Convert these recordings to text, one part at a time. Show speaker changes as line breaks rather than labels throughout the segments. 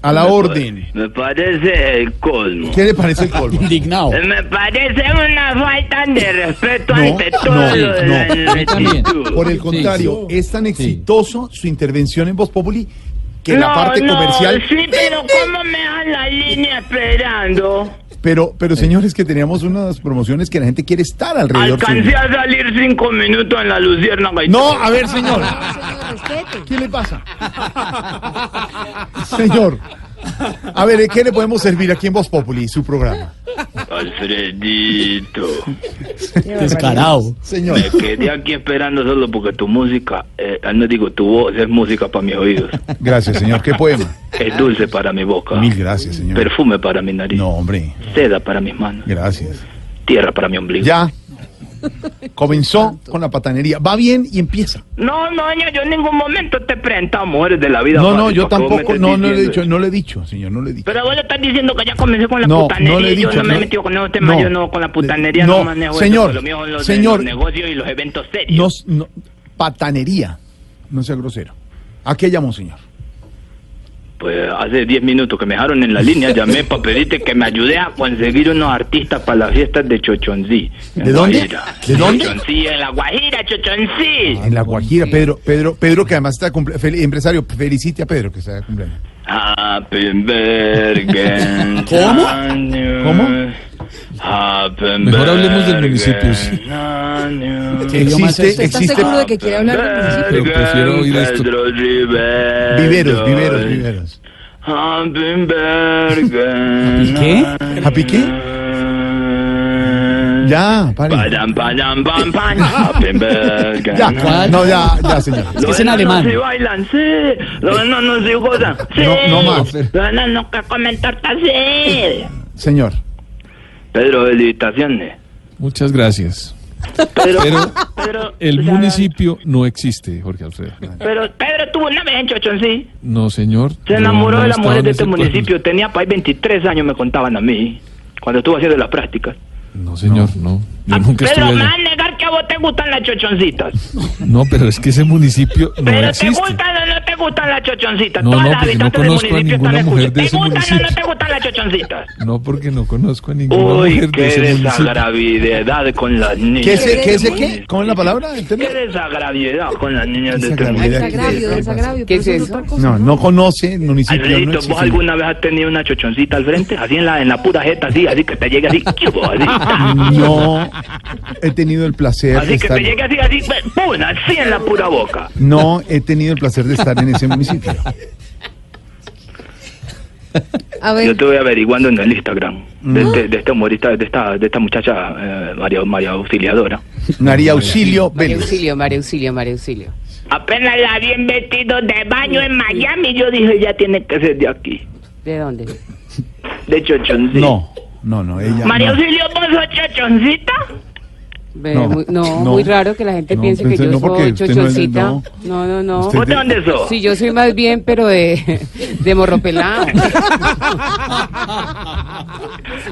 A la orden.
Me parece el colmo.
¿Qué le parece el colmo?
Indignado.
Me parece una falta de respeto
No,
ante todo
no,
lo de
no.
la
A mí también.
rectitud.
Por el
Sí,
contrario,
sí.
es tan
Sí.
exitoso su intervención en Voz Populi que la parte comercial.
Sí, pero ¿cómo me dan la línea esperando?
Pero, pero señores, que teníamos unas promociones que la gente quiere estar alrededor.
Alcancé
suyo.
a salir cinco minutos en la luciérnaga. y-
No, a ver, señor. ¿Qué le pasa? Señor. A ver, ¿eh, ¿qué le podemos servir aquí en Voz Populi, su programa?
Alfredito,
Descarado.
Señor.
me quedé aquí esperando solo porque tu música, eh, no digo, tu voz es música para mis oídos.
Gracias, señor. Qué poema.
Es dulce para mi boca.
Mil gracias, señor.
Perfume para mi nariz.
No, hombre.
Seda para mis manos.
Gracias.
Tierra para mi ombligo.
Ya. Comenzó con la patanería. Va bien y empieza.
No, no, ña, yo en ningún momento te presentaba mujeres de la vida.
No,
fácil,
no, yo
¿pa' qué vos me
tampoco.
estás
No, no le he
diciendo
dicho,
eso?
no le he dicho, señor, no le he dicho.
Pero vos le estás diciendo que ya comencé con la
No,
putanería.
no le he
yo
dicho,
no me he
no.
metido con esos temas.
No.
yo no con la putanería
No,
no, manejo
señor,
eso. Lo mío son los, de
señor.
los negocios y los eventos serios.
No, s- no, patanería. No sea grosero. ¿A qué llamó, señor?
Pues hace 10 minutos que me dejaron en la línea, llamé para pedirte que me ayude a conseguir unos artistas para las fiestas de Chochonzí. en
¿De dónde?
Guajira.
¿De dónde?
Chochonzí, en la Guajira, Chochonzí.
En la Guajira, Pedro, Pedro, Pedro, que además está de cumple- fel- empresario, felicite a Pedro que está de cumpleaños.
Happy Bergen.
¿Cómo?
¿Cómo?
Happy
Mejor hablemos del municipio, sí.
Existe,
¿Estás
existe
seguro de que quiere hablar del municipio?
Pero prefiero oír esto.
Pedro Rivero.
viveros, viveros, viveros.
Happy Bergen.
¿Qué?
¿Happy qué? Ya, pare.
Padam, padam, pam, pam. Happy Bergen.
Ya, no, ya, ya, señor.
Es en
enanos
alemán.
sí bailan, sí. Los
Eh.
enanos sí gozan, sí.
No, no más.
Los enanos que comen tortas, sí.
Señor.
Pedro, felicitaciones.
Muchas gracias.
Pero,
Pero
pero,
el
o sea,
municipio no existe, Jorge Alfredo.
Pero Pedro tuvo una vez en Chochoncí.
No, señor.
Se
yo
enamoró
no
de la
estaba
mujer
en
de este
ese pueblo.
municipio. Tenía para ahí 23 años, me contaban a mí. Cuando estuvo haciendo las prácticas.
No, señor, no. Yo nunca
Ah, pero
estuve
me
allá.
van a negar que a vos te gustan las chochoncitas.
No, pero es que ese municipio no
pero te
existe.
gustan o no te gustan las chochoncitas.
No,
Todas
no,
las
porque no
habitantes del
conozco a
municipio
ninguna
están
mujer
escuchando.
de
¿Te
ese
gustan o no te
municipio?
gustan las chochoncitas?
No, porque no conozco a ninguna
Uy,
mujer
qué
de ese municipio.
desagravidad con las niñas.
¿Qué es el- qué? Es el qué? ¿Cómo es la palabra? ¿El término?
Qué desagravidad con las niñas de este
Desagravio.
municipio.
Desagravio, desagravio. ¿Qué es eso?
No, no conoce el municipio. No
Alfredito,
existe.
¿vos alguna vez has tenido una chochoncita al frente? Así en la, en la pura jeta, así, así que te llegue así, chupo, así, ta.
No he tenido el placer de
así que
estar.
te llegue así, así, pe- pum, así en la pura boca.
No he tenido el placer de estar en ese municipio.
A
Pues-
Yo
ver,
estuve averiguando en el Instagram de, este- de esta humorista, de esta, de esta muchacha eh, María, María Auxiliadora.
María Auxilio
María
Vélez.
Auxilio, María Auxilio, María Auxilio.
Apenas la vi en vestido de baño en Miami, yo dije, ya tiene que ser de aquí,
¿De dónde?
de chochoncita.
No, no, no, ella.
María
no.
Auxilio, ¿vos sos chochoncita?
Ve,
No,
muy- No,
no.
muy raro que la gente
No,
piense que
entonces
yo
no, porque
soy
usted no es-
chochoncita.
no.
No, no, no.
Usted-
¿Vos de dónde sos?
Sí, yo soy más bien, pero de, de morropelado.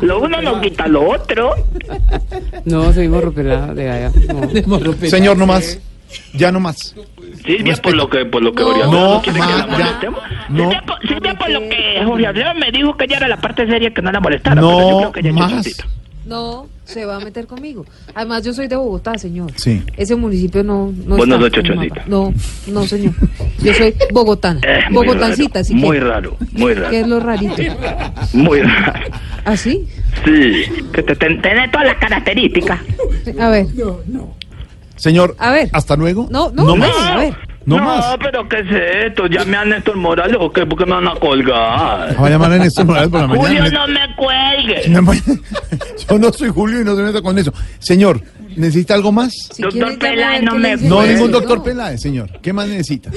Lo uno no quita lo otro.
No, soy morropelado de allá. no.
Señor, no más. Ya no más.
Silvia, por lo que, por lo que Jorge
No,
Alfredo quiere que
ma, ya.
la molestemos.
No.
Silvia, por, Silvia, por lo que Jorge Alfredo me dijo que ella era la parte seria que no la molestara.
No,
pero yo creo que ella es
más.
chistosita.
no se va a meter conmigo. Además, yo soy de Bogotá, señor.
Sí.
Ese municipio no. no
Vos no
está
sos
en el mapa.
chochoncita.
No, no, señor. Yo soy bogotana.
Es Eh, muy
Bogotancita,
raro,
sí.
Muy raro, muy
¿Qué es
raro,
lo rarito? ¿Ah,
muy raro.
¿Así?
Sí, que te, te- tenés todas las características.
A ver.
Señor,
A ver.
hasta luego.
No, no,
más.
no, a ver.
No más.
pero ¿qué es esto? ¿Llame a Néstor Morales o qué? Porque me van a colgar?
Va a llamar a Néstor Morales por la mañana.
Julio, no me cuelgue.
No, Yo no soy Julio y no se meta con eso. Señor, ¿necesita algo más?
Si
Doctor
quiere, llame a
Peláez,
ver
no
qué le
me-
dice
No,
el
ningún
médico.
doctor
No.
Peláez, señor. ¿Qué más necesita?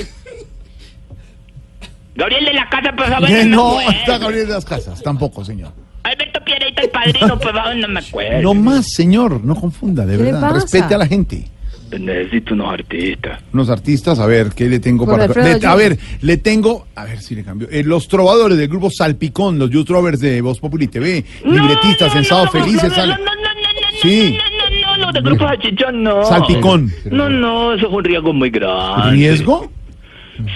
Gabriel de la Casa, pues a ver,
Que
no
no
me
está
cuelgue.
Gabriel de las Casas, tampoco, señor.
Alberto Pierita, el padrino, pues a ver, no me cuelgue.
No más, señor. No confunda, de
¿Qué le
verdad.
pasa?
Respete a la gente.
Necesito unos artistas.
Unos artistas, a ver, ¿qué le tengo para.?
Jorge Alfredo,
le-
yo-
a ver, le tengo. A ver si le cambio. Eh, los trovadores del grupo Salpicón, los Youth Trovers de Voz Populi TV, libretistas,
no,
sensados,
no, no,
felices.
No,
sal-
no, no, no, no, no,
Sí.
no, no, no, los de grupos de chichón, no.
Salpicón.
No, no, eso es un riesgo muy grande.
¿Riesgo?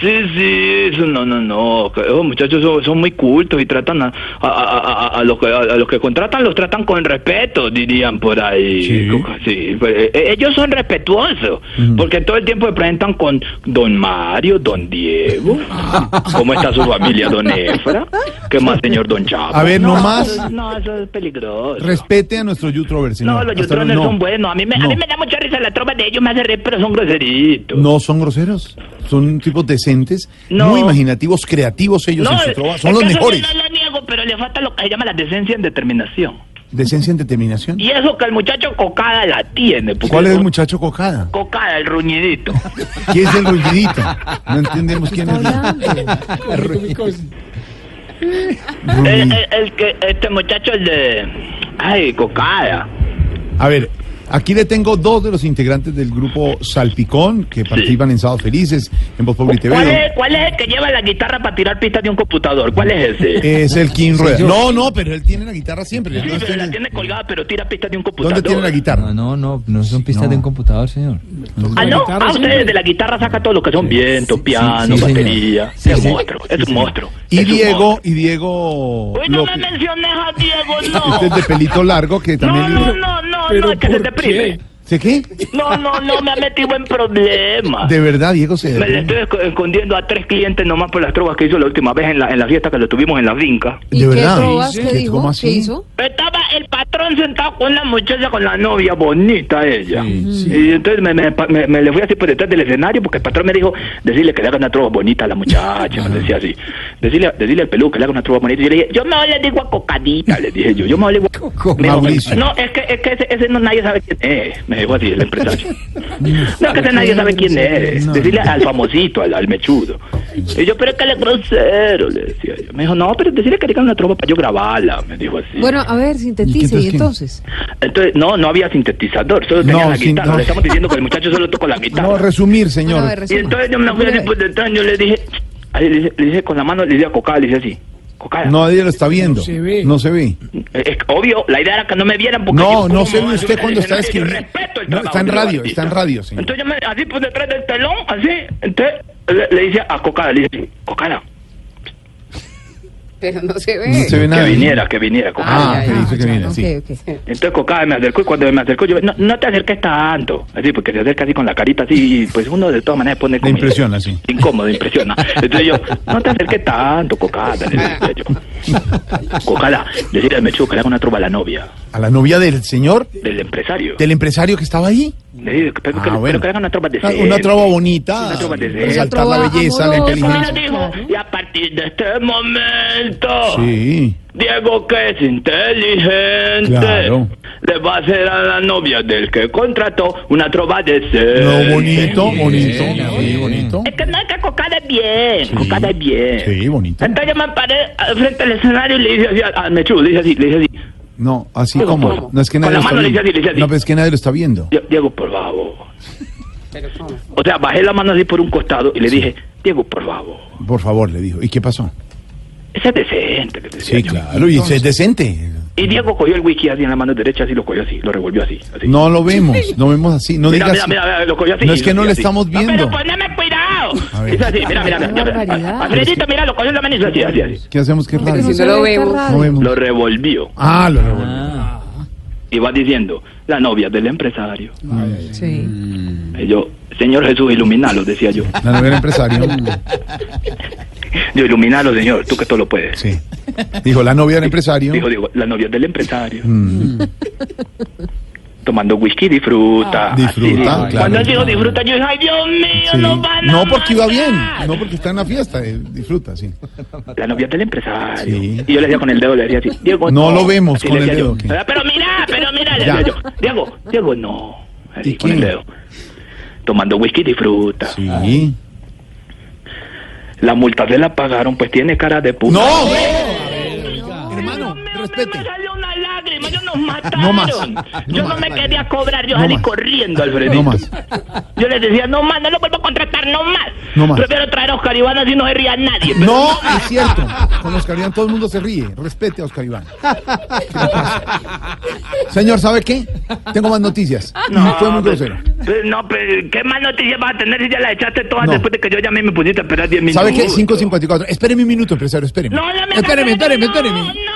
Sí, sí, eso no, no, no. que Esos muchachos son, son muy cultos y tratan a, a, a- a- a los que, a, a los que contratan, los tratan con respeto, dirían por ahí.
Sí. Mm.
Sí, pero, eh, ellos son respetuosos, porque todo el tiempo se presentan con don Mario, don Diego, cómo está su familia, don Efra, qué más, señor don Chapo.
A ver, no más.
eso es- No, eso es peligroso.
Respete a nuestro youtubers, señor.
no, los
Hasta
youtubers
luego.
son buenos. A mí, me, a
No.
mí me da mucha risa la trova de ellos, me hace reír, pero son groseritos.
No son groseros, son tipos decentes,
No.
muy imaginativos, creativos ellos en su trabajo, son
es
los
que eso
mejores.
sí No lo niego, pero le falta lo que se llama la decencia en determinación.
Decencia en determinación.
Y eso que el muchacho cocada la tiene. porque
¿Cuál es el
co-
muchacho cocada?
Cocada, el ruñidito.
¿Quién es el ruidito? No entendemos quién es. Ruin-
el, el- el que, este muchacho, el de. Ay, cocada.
A ver, aquí le tengo dos de los integrantes del grupo Salpicón que participan en Sábados Felices en Voz Populi TV.
¿Cuál es, ¿Cuál es el que lleva la guitarra para tirar pistas de un computador? ¿Cuál es ese?
Es el King Rueda. No, no, pero él tiene la guitarra siempre.
Sí,
no
pero
estoy-
la tiene colgada, pero tira pistas de un computador.
¿Dónde tiene la
Ah,
guitarra?
Ah, No, no, no son pistas
No.
de un computador, señor.
Ah, no. Ah, ustedes de la guitarra saca todo lo que son vientos, piano,
sí, señor.
batería.
Sí,
es
sí.
un monstruo, es un monstruo.
Y
es un
Diego,
monstruo.
y Diego
Uy, no me
López.
menciones a Diego,
Este es de pelito largo que
No,
también...
no, no, no, no, es que se deprime.
¿Se qué?
No, no, no, me ha metido en problemas.
De verdad, Diego se...
Me le estoy esco- escondiendo a tres clientes nomás por las trovas que hizo la última vez en la, en la fiesta que lo tuvimos en la finca.
¿Y
de
qué
verdad.
trovas que
¿Qué-
dijo?
cómo
¿Qué
así?
hizo?
Estaba el patrón sentado con la muchacha, con la novia, bonita ella. Y entonces me, me, me- me le fui así por detrás del escenario porque el patrón me dijo, decirle que le haga una trova bonita a la muchacha, me decía así. Decirle, decirle al peludo que le haga una trova bonita. Y yo le dije, yo mejor le digo a Cocadita, le dije yo, yo mejor le digo a Me dijo,
Mauricio.
No, es que, es que ese, ese no nadie sabe quién es, me dijo así el empresario. no, que ese nadie sabe quién es. Decirle al famosito, al, al mechudo. Y yo, pero es que él es grosero, le decía yo. Me dijo, no, pero decirle que le haga una trova para yo grabarla, me dijo así.
Bueno, a ver, sintetice
entonces
y
qué?
entonces.
Entonces, no, no había sintetizador, solo tenía
No,
la
sin-
guitarra.
no.
Le estamos diciendo que el muchacho solo tocó la guitarra.
No, resumir,
Bueno, a
señor.
ver,
y
resuma.
entonces yo me fui
Una
así
vez.
por detrás, yo le dije, ahí le dije, le dije con la mano, le dije a Cocada, le dije así, Cocada.
Nadie lo está viendo. No
se ve.
se ve.
Eh, Es, obvio, la idea era que no me vieran porque...
No,
yo-
no
¿cómo
se ve
va a
usted
ser?
cuando está
Yo
escribiendo.
respeto el
No, está en
trabajo
radio,
del
está
artista.
en radio, señor.
Entonces yo me, así por detrás del telón, así, entonces le, le dice a Cocada, le dice, Cocada,
Pero no se ve.
No se ve
que
nada.
viniera, que viniera, Cocada.
Ah,
Ay,
que
ay,
dice que
ya,
viene, sí.
ok, ok.
Entonces Cocada me acercó y cuando me acercó yo, no, no te acerques tanto, así, porque se acerca así con la carita así, y pues uno de todas maneras pone... como-
impresiona, sí.
Incómodo, impresiona. Entonces yo, no te acerques tanto, Cocada, le decía yo. Cocada, decirle al mechuco que le haga una trova a la novia
A la novia del señor,
del empresario.
del empresario que estaba ahí.
Le digo, pero,
Ah,
que,
bueno. Ah,
pero que hagan una trova de
Una- Una trova bonita.
Una trova decente.
Resaltar
Una
la
trova
belleza, la
amorosa.
Mira,
inteligencia.
dijo, y a partir de este momento,
Sí.
Diego que es inteligente,
Claro.
le va a hacer a la novia del que contrató una trova decente.
No, bonito, bonito.
bien,
Sí,
bien.
bonito.
Es que no, es que Cocada es bien, Cocada es bien.
Sí, bonito.
Entonces yo me paré al frente del escenario y le dije así a, a Mechu, le dije así, le dije así,
No, así
Oiga,
como.
¿cómo?
No es que
Pues,
nadie
Con la
lo está
mano le hice
viendo.
así, le hice así.
No, pero es que nadie lo está viendo.
"Die- Diego, por favor.
Pero ¿cómo?
O sea, bajé la mano así por un costado y le dije, Diego, por favor.
Por favor, le dijo. ¿Y qué pasó?
Ese es decente, le decía
Sí,
yo.
claro. Y es decente.
Y Diego cogió el wiki así en la mano derecha, así lo cogió así, lo revolvió así. así.
No lo vemos. No vemos así. No
mira,
digas.
mira, mira, mira, lo cogió así.
No es que
lo
no
cogió
le
así.
estamos
No,
viendo.
pero poneme cuidado.
A ver.
Hizo así, mira, mira,
Qué
mira.
barbaridad.
Alfredito, mira, lo cogió en la mano y hizo así, así, así.
¿Qué hacemos? ¿Qué
Pero
raro?
no
si
se
no lo
ve, está
vemos.
raro.
No vemos.
Lo revolvió.
Ah, lo revolvió.
Y va diciendo, la novia del empresario.
Sí.
Y yo, Señor Jesús, iluminalo, decía yo.
La novela empresario.
Yo, iluminalo, Señor, tú que todo lo puedes.
Sí. Dijo la novia del empresario.
Dijo, digo, la novia del empresario.
Mm,
Tomando whisky, disfruta. así
Disfruta,
dijo.
claro.
Cuando él dijo disfruta, yo dije, ay, Dios mío,
sí.
no van a
No porque iba bien,
matar".
no porque está en la fiesta, eh, disfruta, sí.
La novia del empresario.
Sí.
Y yo le decía con el dedo, le decía así, Diego,
No lo vemos
Así
con
le
el
decía
dedo,
yo.
¿qué?
"Ah, Pero mira, pero mira, le
Ya.
decía yo. Diego, Diego, no. Así,
¿Y
con el
quién?
dedo. Tomando whisky y fruta.
Sí.
La multa se la pagaron, pues tiene cara de puta.
No,
Dios mío,
hermano,
me
respete.
salió una lágrima. lágrimas, ellos nos mataron.
No más,
yo
no
no
más.
me quería cobrar, yo
No
salí
más.
corriendo, Alfredito.
No más.
Yo les decía, no más, no lo vuelvo a contratar, no más.
No más.
Prefiero traer a Oscar Iván así no se ría nadie. pero
No, es cierto. Con Oscar Iván todo el mundo se ríe. Respete a Oscar Iván. ¿Qué le pasa? Señor, ¿sabe qué? Tengo más noticias. No, fue muy
pues,
grosero.
pues, no, pues, ¿qué más noticias vas a tener si ya las echaste todas
No.
después de que yo llamé y me pusiste a esperar 10 minutos?
¿Sabe qué? 5.54. Espéreme un minuto, empresario, espéreme.
No, no me
espéreme,
hagas eso,
espéreme,
no,
espéreme.
no,